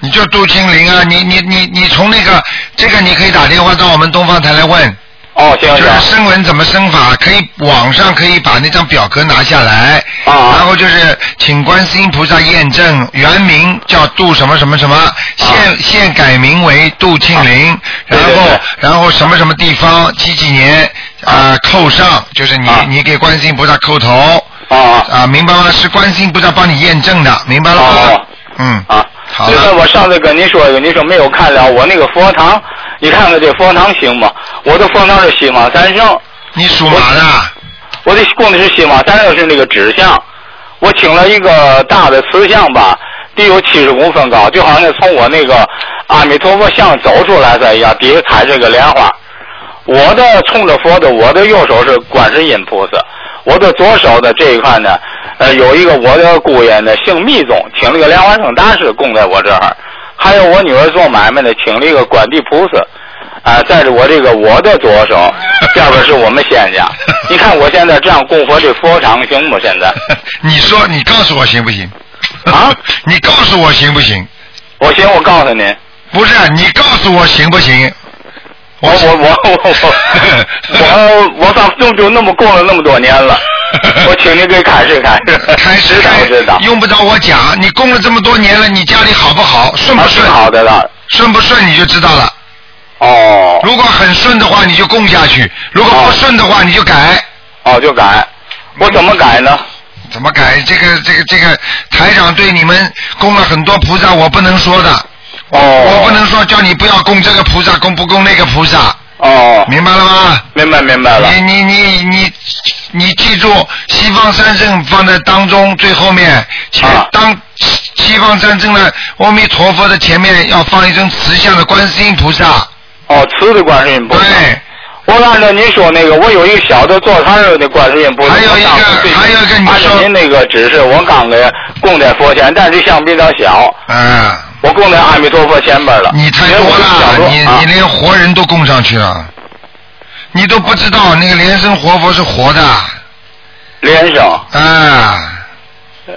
你就杜清林啊，你你你你从那个这个你可以打电话到我们东方台来问，
哦，行
就是
行，
声纹怎么声法，可以网上可以把那张表格拿下来，
啊啊
然后就是请观世音菩萨验证原名叫杜什么什么什
啊
么，现现改名为杜庆林，
对
然
啊对
后
对
然后什么什么地方几几年啊、扣上，就是你、
啊
你给观世音菩萨扣头
啊
啊，明白吗？是观世音菩萨帮你验证的，明白
啊
了吗？
啊
嗯，
啊！
好
另外
了，
我上次跟您说一个，您说没有看了我那个佛堂，你看看这佛堂行吗？我的佛堂是西马三圣，
你属马的，
我的供的是西马三圣是那个纸像，我请了一个大的瓷像吧，得有七十公分高，就好像从我那个阿弥陀佛像走出来的一样，底下踩着个莲花。我的冲着佛的，我的右手是观世音菩萨，我的左手的这一块呢，呃，有一个我的姑爷呢，姓密宗，请了个莲花生大师供在我这儿，还有我女儿做买卖呢，请了一个观地菩萨，啊、在着我这个我的左手，下边是我们仙家。你看我现在这样供佛这佛场行吗？现在
你说你告诉我行不行？
啊，
你告诉我行不行？
我行，我告诉您，
不是你告诉我行不行？
我我哦我我我我我上就就那么供了那么多年了，我请您给开示开示，
开始
指导
开
指导。
用不着我讲，你供了这么多年了，你家里好不好，顺
啊
不
是
顺，
好的了。
顺不顺你就知道了。
哦
如果很顺的话，你就供下去；如果不顺的话，你就改。
哦，就改，我怎么改呢？
怎么改？这个这个这个台长对你们供了很多菩萨，我不能说的，
哦，
我不能说叫你不要供这个菩萨，供不供那个菩萨，
哦，
明白了吗？
明白明白了。
你你你你你记住，西方三圣放在当中最后面，前、
啊
当西西方三圣的阿弥陀佛的前面要放一尊慈像的观世音菩萨，
哦，瓷的观世音菩萨。
对，
我按照您说那个，我有一个小的坐摊儿的观世音菩萨，
还有一个
我当时最
还有一个你
按照
说
您那个指示，我刚给供在佛前，但是像比较小，
啊，
我供在阿弥陀佛前边了。
你太
因为
多
我是小
了，
的
你
啊
你连活人都供上去了，你都不知道那个莲生活佛是活的，
连生
啊，
呃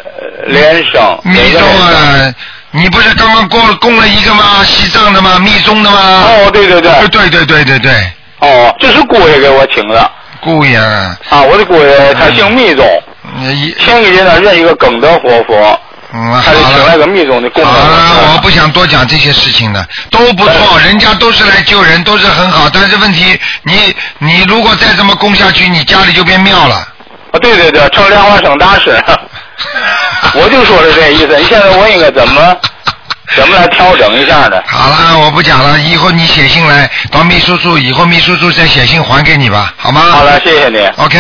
连生
密
哪个
宗
连生
啊，你不是刚刚供了供了一个吗？西藏的吗？密宗的吗？
哦，对对对，
对对对对对，
哦，这是姑爷给我请的
姑爷啊。
啊，我的姑爷他
嗯
姓密宗，
你嗯一
前一阵呢认一个耿德活佛，
嗯，好
他就请
了
那。个哎密宗的供
好
奉啊
了，我不想多讲这些事情了，都不错，人家都是来救人，都是很好。但是问题，你你如果再这么供下去，你家里就变庙了。
啊，对对对，成莲花省大 师，我就说是这意思。你现在我应该怎么怎么来调整一下呢？
好了，我不讲了，以后你写信来到秘书处，以后秘书处再写信还给你吧，好吗？
好了，谢谢你，
，OK，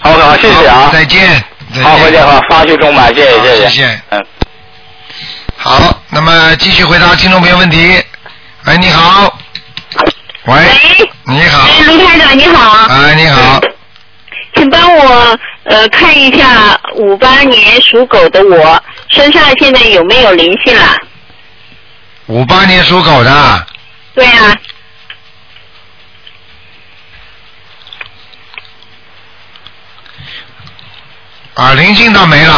好好，谢谢
啊好
啊，
再见，再
好，回见哈，发去中买，谢
好谢
谢，谢
谢
嗯，
好，那么继续回答听众朋友问题。喂，你好，喂，你好，啊
哎，卢台长你好，
哎，你好，
请帮我呃
啊呃，看一下五八年属狗的我身上现在有没有灵性啊啦？
五八年属狗的，
对啊，
啊，灵性倒没了。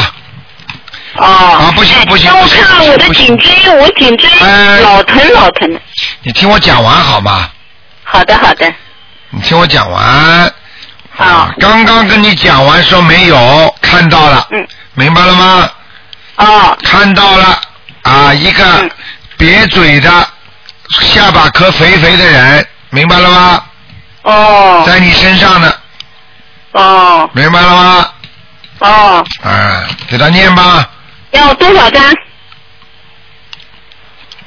哦，哎
啊，不行不行
那
不
我
行
看
不
我
行
的
不行
颈，椎，我颈椎
哎
老疼老疼的。
你听我讲完好吗？
好的好的，
你听我讲完。
啊，
刚刚跟你讲完说没有看到了，
嗯，
明白了吗？
哦
看到了啊，一个
嗯
瘪嘴的下巴壳肥肥的人，明白了吗？
哦
在你身上呢，
哦
明白了吗？
哦，
啊，给他念吧。
要多少张？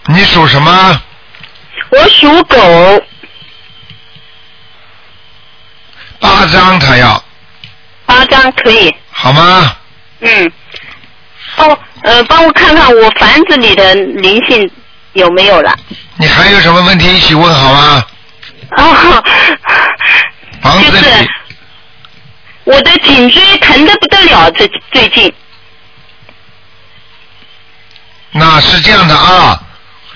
你属什么？
我属狗，
八张他要，
八张可以。
好吗？
嗯，哦，呃，帮我看看我房子里的灵性有没有了。
你还有什么问题一起问好吗？
哦，
房
就
子
是
里
我的颈椎疼的不得了，最最近。
那是这样的啊，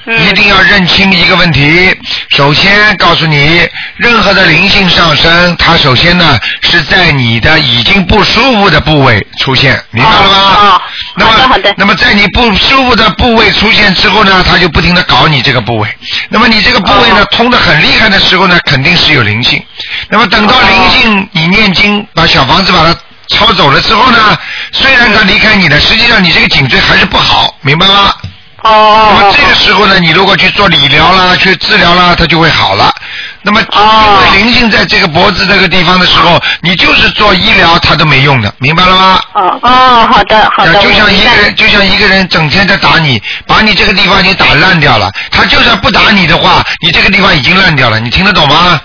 嗯
一定要认清一个问题。首先告诉你，任何的灵性上升，它首先呢是在你的已经不舒服的部位出现，明白了吗？
哦哦
那么
好的好的
那么在你不舒服的部位出现之后呢，它就不停的搞你这个部位。那么你这个部位呢，
哦
通的很厉害的时候呢，肯定是有灵性。那么等到灵
哦
性你念经把小房子把它抄走了之后呢，虽然它离开你了，实际上你这个颈椎还是不好，明白吗？
哦
那么
哦
这个时候呢，你如果去做理疗啦，去治疗啦，它就会好了。那么
哦
因为灵性在这个脖子这个地方的时候，你就是做医疗它都没用的，明白了吗？
哦哦，好的好的，
就
我
像一
明
个
白
人，就像一个人整天在打你，把你这个地方已经打烂掉了。他就算不打你的话，你这个地方已经烂掉了，你听得懂吗？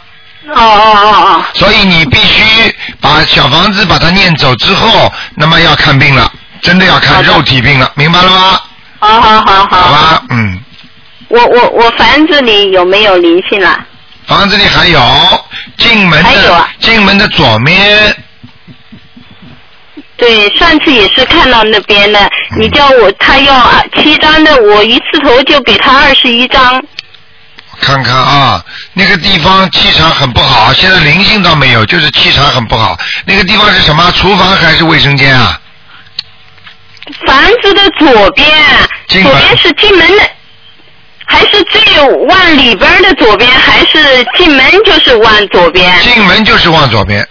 哦哦哦
所以你必须把小房子把它念走之后，那么要看病了，真的要看
好的
肉体病了，明白了吗？
哦，好好
好
好好，
吧，嗯。
我我我房子里有没有灵性了？
房子里还有进门
还有
的、
啊
进门的左面，
对，上次也是看到那边的，
嗯
你叫我他要啊七张的，我一次头就给他二十一张。
看看啊，那个地方气场很不好，现在灵性倒没有，就是气场很不好。那个地方是什么？厨房还是卫生间啊？
房子的左边，
进
左
门
边是进门的，还是最往里边的左边，还是进门就是往左边？
进门就是往左边，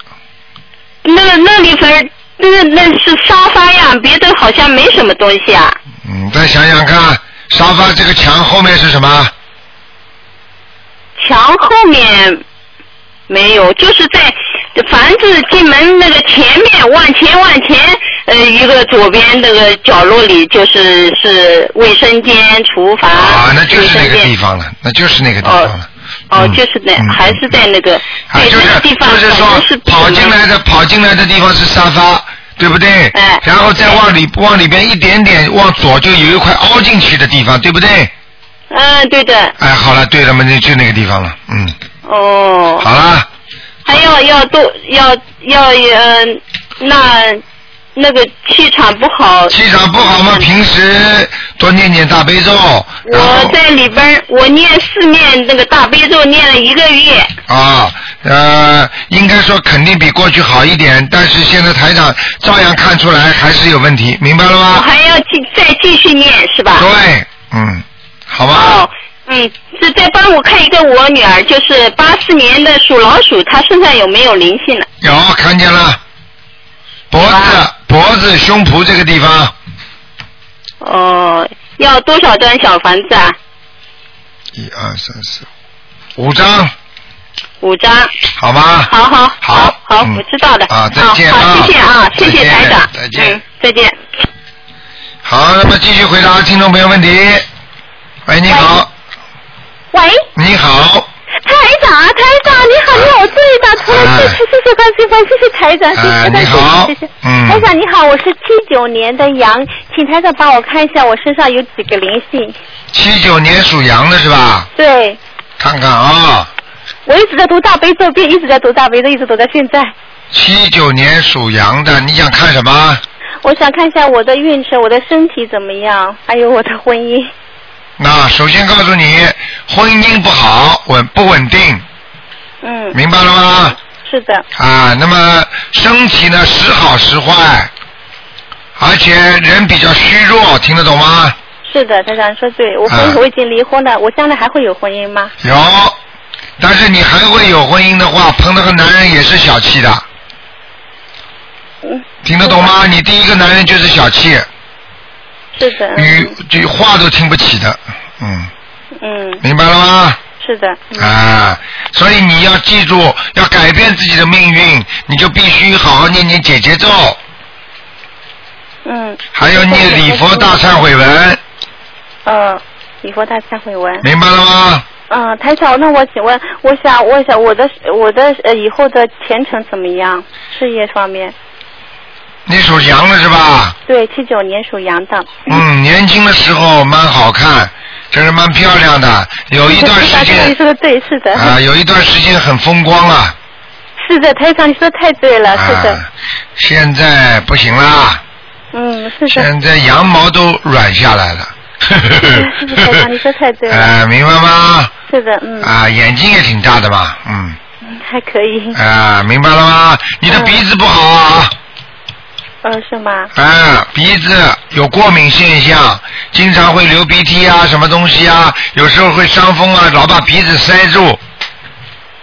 那那里边儿那那是沙发呀，别的好像没什么东西啊。
嗯，再想想看，沙发这个墙后面是什
啊
么？
墙后面没有，就是在房子进门那个前面往前往前，呃，一个左边那个角落里就是是卫生间、厨房、
啊，那就
卫
是
生
那个
间
地方了，那就是那个地方了。
哦，
嗯
就是那、
嗯
还是在那个、
啊，
对、
就是
那个地方，
就是
反
说
正是比
跑进
门
来的跑进来的地方是沙发，对不对？
哎
然后再往里往里边一点点往左就有一块凹进去的地方，对不对？
嗯，对的，
哎，好了，对了嘛，那就那个地方了，嗯，
哦，
好了，
还要要多要要嗯、那那个气场不好，嗯
气场不好嘛，平时多念念大悲咒，然
我
后
在里边儿，我念四面那个大悲咒，念了一个月。
啊，呃，应该说肯定比过去好一点，但是现在台长照样看出来还是有问题，明白了
我
吗？
还要继再继续念是吧？
啊对，嗯，好吧
哦，，嗯，是再帮我看一个我女儿，就是八四年的属老鼠，她身上有没有灵性了？
有看见了，脖
有
子
啊、
脖子、胸脯这个地方
哦，要多少张小房子啊？
一二三四五张，
五张。
好吗？
好好
好
好，
嗯
我知道的。
啊再见
好
啊
好，谢谢啊，谢
再
谢
见
台长。
再见
嗯，再见。
好，那么继续回答听众朋友问题。喂，你好，
喂，
你好，
台长，啊台长，你好，你好，我最大头了，谢谢谢谢关心关，谢谢台
啊
长，谢谢
哎
台长，
你好
谢谢。
嗯
台长你好，我是七九年的羊，请台长帮我看一下我身上有几个灵性。
七九年属羊的是吧？
对，
看看啊，
我一直在读大悲咒，便一直在读大悲咒，一直读到现在。
七九年属羊的，你想看什么？
我想看一下我的运程，我的身体怎么样，还有我的婚姻。
那首先告诉你，婚姻不好，稳不稳定，
嗯，
明白了吗？
是的，
啊，那么身体呢，时好时坏，而且人比较虚弱，听得懂吗？
是的，台长你说对，我婚
啊
姻我已经离婚了，我将来还会有婚姻吗？
有，但是你还会有婚姻的话，碰到个男人也是小气的，
嗯
听得懂吗？你第一个男人就是小气，
是的，
语就话都听不起的，嗯，
嗯，
明白了吗？
是的，嗯
啊，所以你要记住，要改变自己的命运，你就必须好好念念姐姐咒，
嗯，
还要念礼佛大忏悔文，
嗯，礼佛大忏悔文。
明白了吗？
嗯，台长，那我请问，我想问一下我的我的呃以后的前程怎么样？事业方面，
你属羊了是吧？
对，七九年属羊的，
嗯，年轻的时候蛮好看，就是蛮漂亮的，有 一段时
台长你
间
说的对，是的，
啊，有一段时间很风光啊，
是的，台长，你说的太对了，是的，
啊，现在不行啦，
嗯，是的，哎
现在羊毛都软下来了。
是的，台长，你说得太对了，
啊，明白吗？
是的，嗯，
啊，眼睛也挺大的嘛，嗯，
嗯还可以，
啊，明白了吗？你的鼻子不好啊，
嗯，是吗？
啊，鼻子有过敏现象，经常会流鼻涕啊，什么东西啊，有时候会伤风啊，老把鼻子塞住，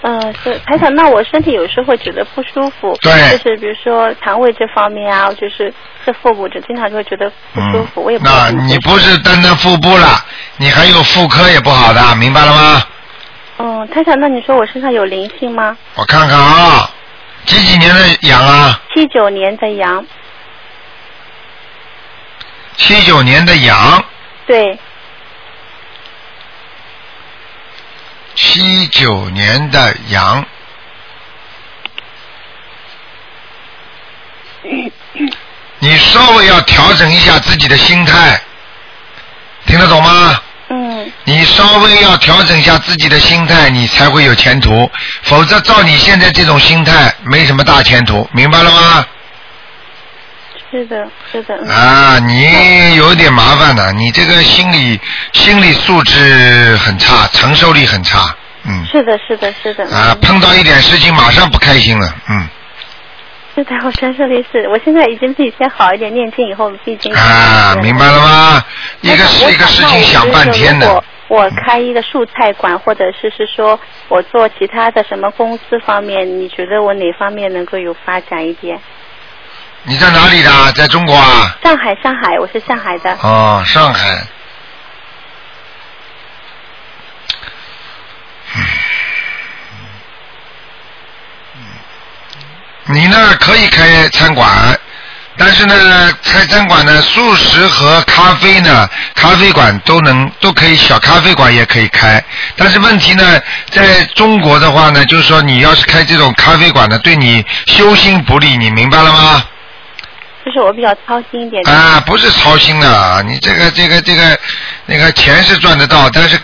嗯，是台长，那我身体有时候会觉得不舒服，
对
就是比如说肠胃这方面啊，就是这腹部这经常就会觉得不舒
嗯
服，我也，不知道
那
怎么
你不是单单腹部了，你还有妇科也不好的，明白了吗？
嗯，台长，那你说我身上有灵性吗？
我看看啊，几几年的羊啊？
七九年的羊，
七九年的羊，
对，
七九年的羊，你稍微要调整一下自己的心态，听得懂吗？
嗯，
你稍微要调整一下自己的心态，你才会有前途。否则照你现在这种心态，没什么大前途，明白了吗？
是的，是的，嗯，
啊，你有点麻烦的，你这个心理心理素质很差，承受力很差，嗯。
是的，是的，是的，嗯
啊，碰到一点事情马上不开心了，嗯，
是在我身上的是，我现在已经比以前好一点，念经以后比以前
啊，明白了吗？一个
我
是一个事
那
情
我
想
就是
半天
如
的
果，我开一个蔬菜馆，或者是是说我做其他的什么公司方面，你觉得我哪方面能够有发展一点？
你在哪里的？在中国啊？
上海，上海，我是上海的。
哦，上海。嗯你呢可以开餐馆，但是呢，开餐馆呢，素食和咖啡呢，咖啡馆都能都可以，小咖啡馆也可以开。但是问题呢，在中国的话呢，就是说你要是开这种咖啡馆呢，对你修心不利，你明白了吗？
就是我比较操心一点。
啊，不是操心的，你这个这个这个那个钱是赚得到，但是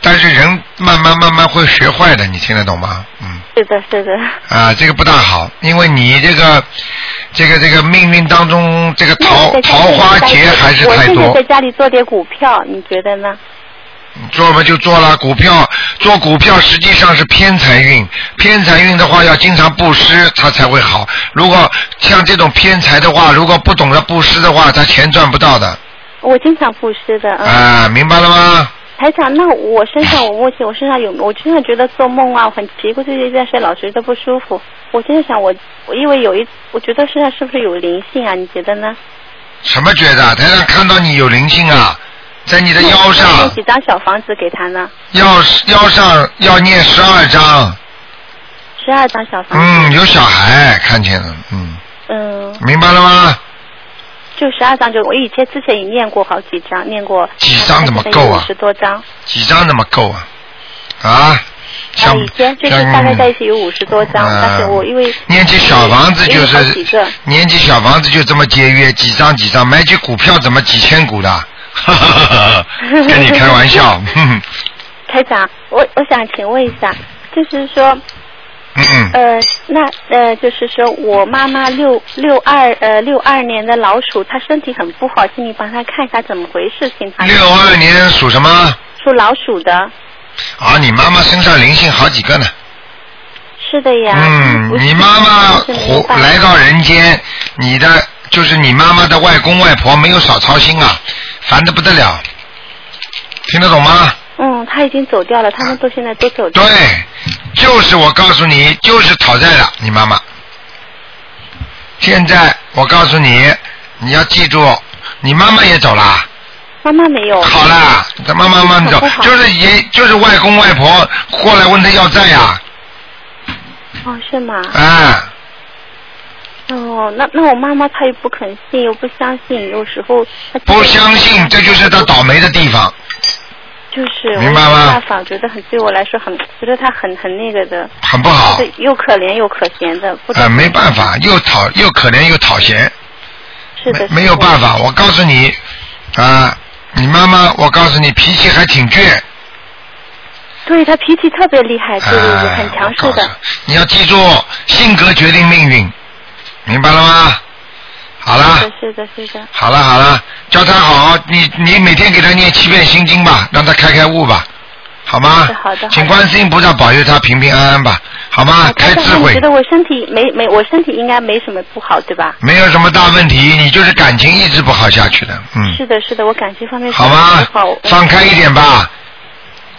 但是人慢慢慢慢会学坏的，你听得懂吗？嗯，
是的，是的，
啊，这个不大好，因为你这个这个这个命运当中这个桃
那
桃
我在
花
家里
劫还是太
我现在
多
在，家里做点股票，你觉得呢？
做嘛就做了，股票做股票实际上是偏财运，偏财运的话要经常布施，它才会好。如果像这种偏财的话，如果不懂得布施的话，他钱赚不到的。
我经常布施的，嗯。
啊，明白了吗？
台长，那我身上我目前我身上有，我经常觉得做梦啊很奇怪，最近一段时间老觉得不舒服。我真的想我，我因为有一，我觉得身上是不是有灵性啊？你觉得呢？
什么觉得啊？台上看到你有灵性啊，在你的腰
那我
上
念，几张小房子给他呢？
腰腰上要念十二章。
十二张小房子，
嗯，有小孩看见了，嗯，
嗯，
明白了吗？
就十二张，就我以前之前也念过好几张，念过
几张怎么够啊
十多张，
几张怎么够啊？啊？
啊，
像
以前就是
像
大概在一起有五十多张，
嗯
但是我因为
念起小房子就
因为好几
是
个，
年纪小房子就这么节约，几张几张，买起股票怎么几千股 的？哈哈哈哈跟你开玩笑，哼哼嗯
台长，我我想请问一下，就是说，
嗯
呃，那呃，就是说我妈妈六六二呃六二年的老鼠，她身体很不好，请你帮她看一下怎么回事，请她。
六二年属什么？
属老鼠的，
啊，你妈妈身上灵性好几个呢。
是的呀。
嗯，你妈妈活来到人间，你的就是你妈妈的外公外婆没有少操心啊，烦的不得了。听得懂吗？
嗯，她已经走掉了，他们都现在都走掉
了。对，就是我告诉你，就是讨债了，你妈妈。现在我告诉你，你要记住，你妈妈也走了。
妈妈没有。
好啦，咱妈妈慢慢走
哦很不，好
就是爷，就是外公外婆过来问他要债呀、
哦，是吗？
啊，啊。
哦，那那我妈妈她又不肯信，又不相信，有时候她
不相信，这就是他倒霉的地方。
就是
明白吗
我没办法，觉得很对我来说很，觉得她很很那个的，
很不好
就是又可怜又可怜的，不知道
呃，没办法，又讨又可怜又讨嫌，
是的，
没有办法。我告诉你，啊，你妈妈，我告诉你，脾气还挺倔。
对她脾气特别厉害，对对对，
哎
很强势的，
你要记住，性格决定命运，明白了吗？好啦，
是的，是的，是的，
好啦，好啦，教他好好，你你每天给他念七遍心经吧，让他开开悟吧，好吗？
好的，
请观世音菩萨保佑他平平安安吧，好吗？啊开
哦但
智
是你
慧
觉。得我身体没没，我身体应该没什么不好，对吧？
没有什么大问题，你就是感情一直不好下去的，嗯，
是的，是的，我感情方面
好
吗
吗？？放开一点吧，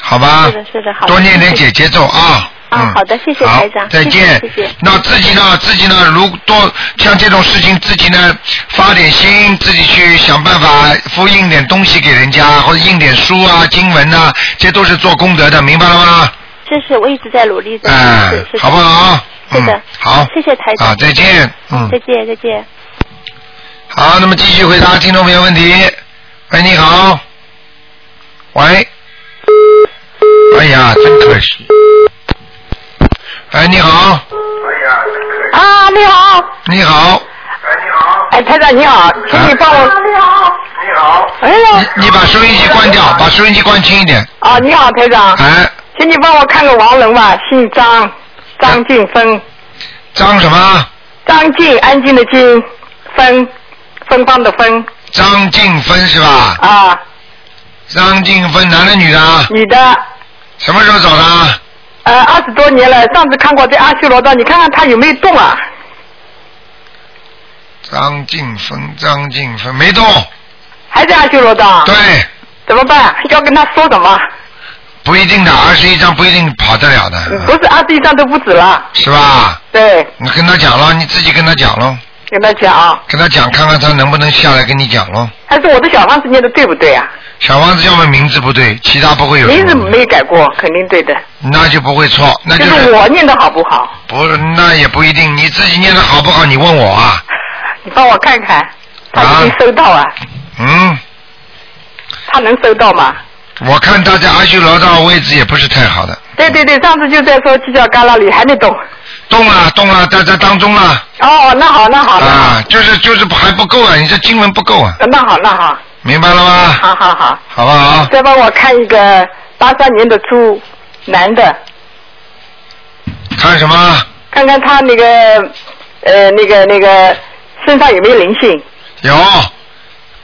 好吧
是，的，是的，好的。
多念点
谢谢
姐姐咒啊。
啊，好的，谢谢
好
台长，，
再
谢谢
见。
谢谢。
那自己呢？自己呢？如多像这种事情，自己呢发点心，自己去想办法复印点东西给人家，或者印点书啊、经文啊，这都是做功德的，明白了吗？
这是我一直在努力的，
哎
是是，
好不好？
是的
嗯，好，
谢谢台长。
啊，再见，嗯。
再见，再见。
好，那么继续回答听众朋友问题。喂，你好。喂。哎呀，真可惜。哎，你好，
啊，你好，
你好，啊
哎，台长你好，请你帮我。你好，你好。哎呀，
你把收音机关掉，把收音机关轻一点。
啊，你好，台长，
哎，
请你帮我看个亡人吧，姓张，张静芬，
张什么？
张静，安静的静，芬，芬芳的芬，
张静芬是吧？
啊，
张静芬，男的女的啊？
女的，
什么时候走的啊？
呃，二十多年了，上次看过这阿修罗道，你看看他有没有动啊？
张静芬，张静芬没动。
啊还在阿修罗道？
对，
怎么办？要跟他说什么？
不一定的，二十一张不一定跑得了的，
不是啊二十一张都不止了，
是吧？
对，
你跟他讲了，你自己跟他讲喽。
跟他讲啊。
跟他讲，看看他能不能下来跟你讲咯。
还是我的小房子念的对不对啊？
小王子要么名字不对，其他不会有什
名字
么，
没有改过，肯定对的。
那就不会错，那
就是我念的好不好？
不，那也不一定。你自己念的好不好？你问我啊？
你帮我看看，他已经收到啊，
嗯，
他能收到吗？
我看他在阿修罗道位置也不是太好的，
对对对，上次就在说犄角旮旯里还没动。
动了动了，在在当中了
哦，那好，那好，那好，
啊，就是就是还不够啊，你这经文不够啊，
那好，那好，
明白了吗？
好好好。
好不好？
再帮我看一个八三年的猪，男的，
看什么？
看看他那个呃那个那个身上有没有灵性，
有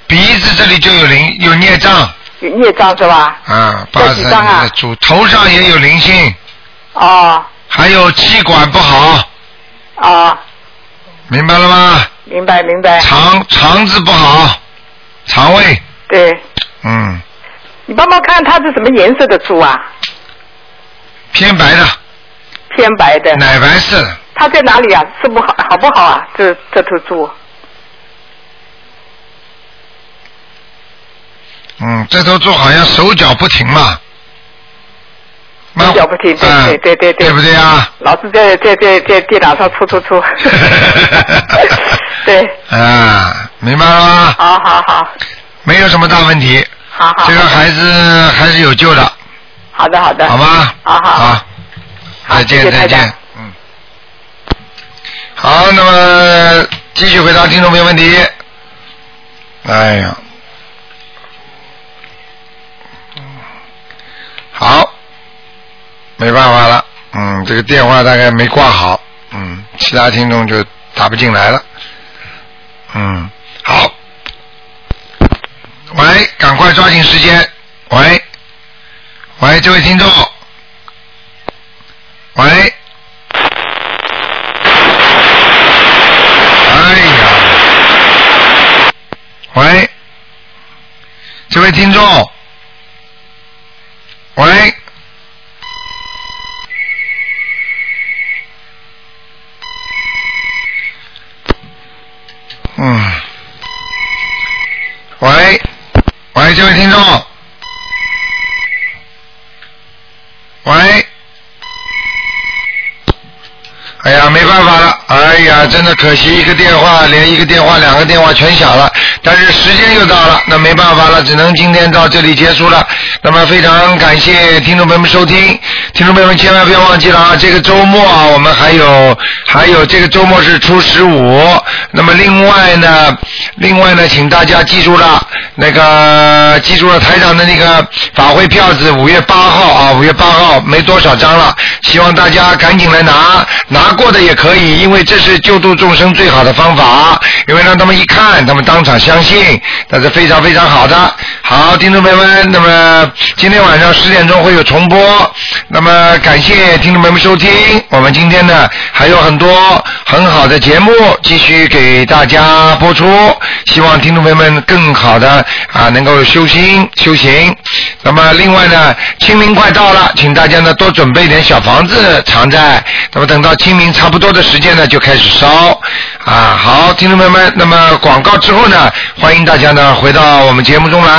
鼻子这里就有灵，有孽障
有孽障是吧？
啊，八
这
三
几张啊
年的猪，头上也有灵性，
哦
还有气管不好。
哦，
明白了吗？
明白明白，
肠肠子不好，肠胃，
对。
嗯，
你帮忙看他是什么颜色的猪啊？
偏白的，
偏白的。
奶白色的，
他在哪里啊？是不好，好不好啊？这这头猪，
嗯，这头猪好像手脚不停嘛，蛮
手脚不停对
嗯
对对对对
对不对啊？
老是在在在在地毯上出出 出。 对，
啊，明白了吗？
好好好，
没有什么大问题，
好好。
这个孩子还是有救的，
好的好的。
好吗？
好好好
好，再见
谢谢
再
台长
见，嗯。好，那么继续回答听众朋友问题。哎呀，好，没办法了，嗯，这个电话大概没挂好，嗯，其他听众就打不进来了，嗯，好，喂，赶快抓紧时间，喂，喂，这位听众，喂，哎呀，哎喂，这位听众，喂。嗯，喂，喂，这位听众，喂，哎呀，没办法了，哎呀，真的可惜，一个电话连一个电话两个电话全响了，但是时间又到了，那没办法了，只能今天到这里结束了。那么非常感谢听众朋友们收听，听众朋友们千万不要忘记了啊，这个周末啊，我们还有还有这个周末是初十五，那么另外呢，另外呢，请大家记住了，那个呃记住了台长的那个法会票子，五月八号啊，五月八号没多少张了，希望大家赶紧来拿，拿过的也可以，因为这是救度众生最好的方法，因为让他们一看，他们当场相信，那是非常非常好的。好，听众朋友们，那么今天晚上十点钟会有重播，那么感谢听众朋友们收听，我们今天呢还有很多很好的节目继续给大家播出，希望听众朋友们更好的啊能够修心修行。那么另外呢，清明快到了，请大家呢多准备一点小房子藏在，那么等到清明差不多的时间呢就开始烧啊。好，听众朋友们，那么广告之后呢，欢迎大家呢回到我们节目中来。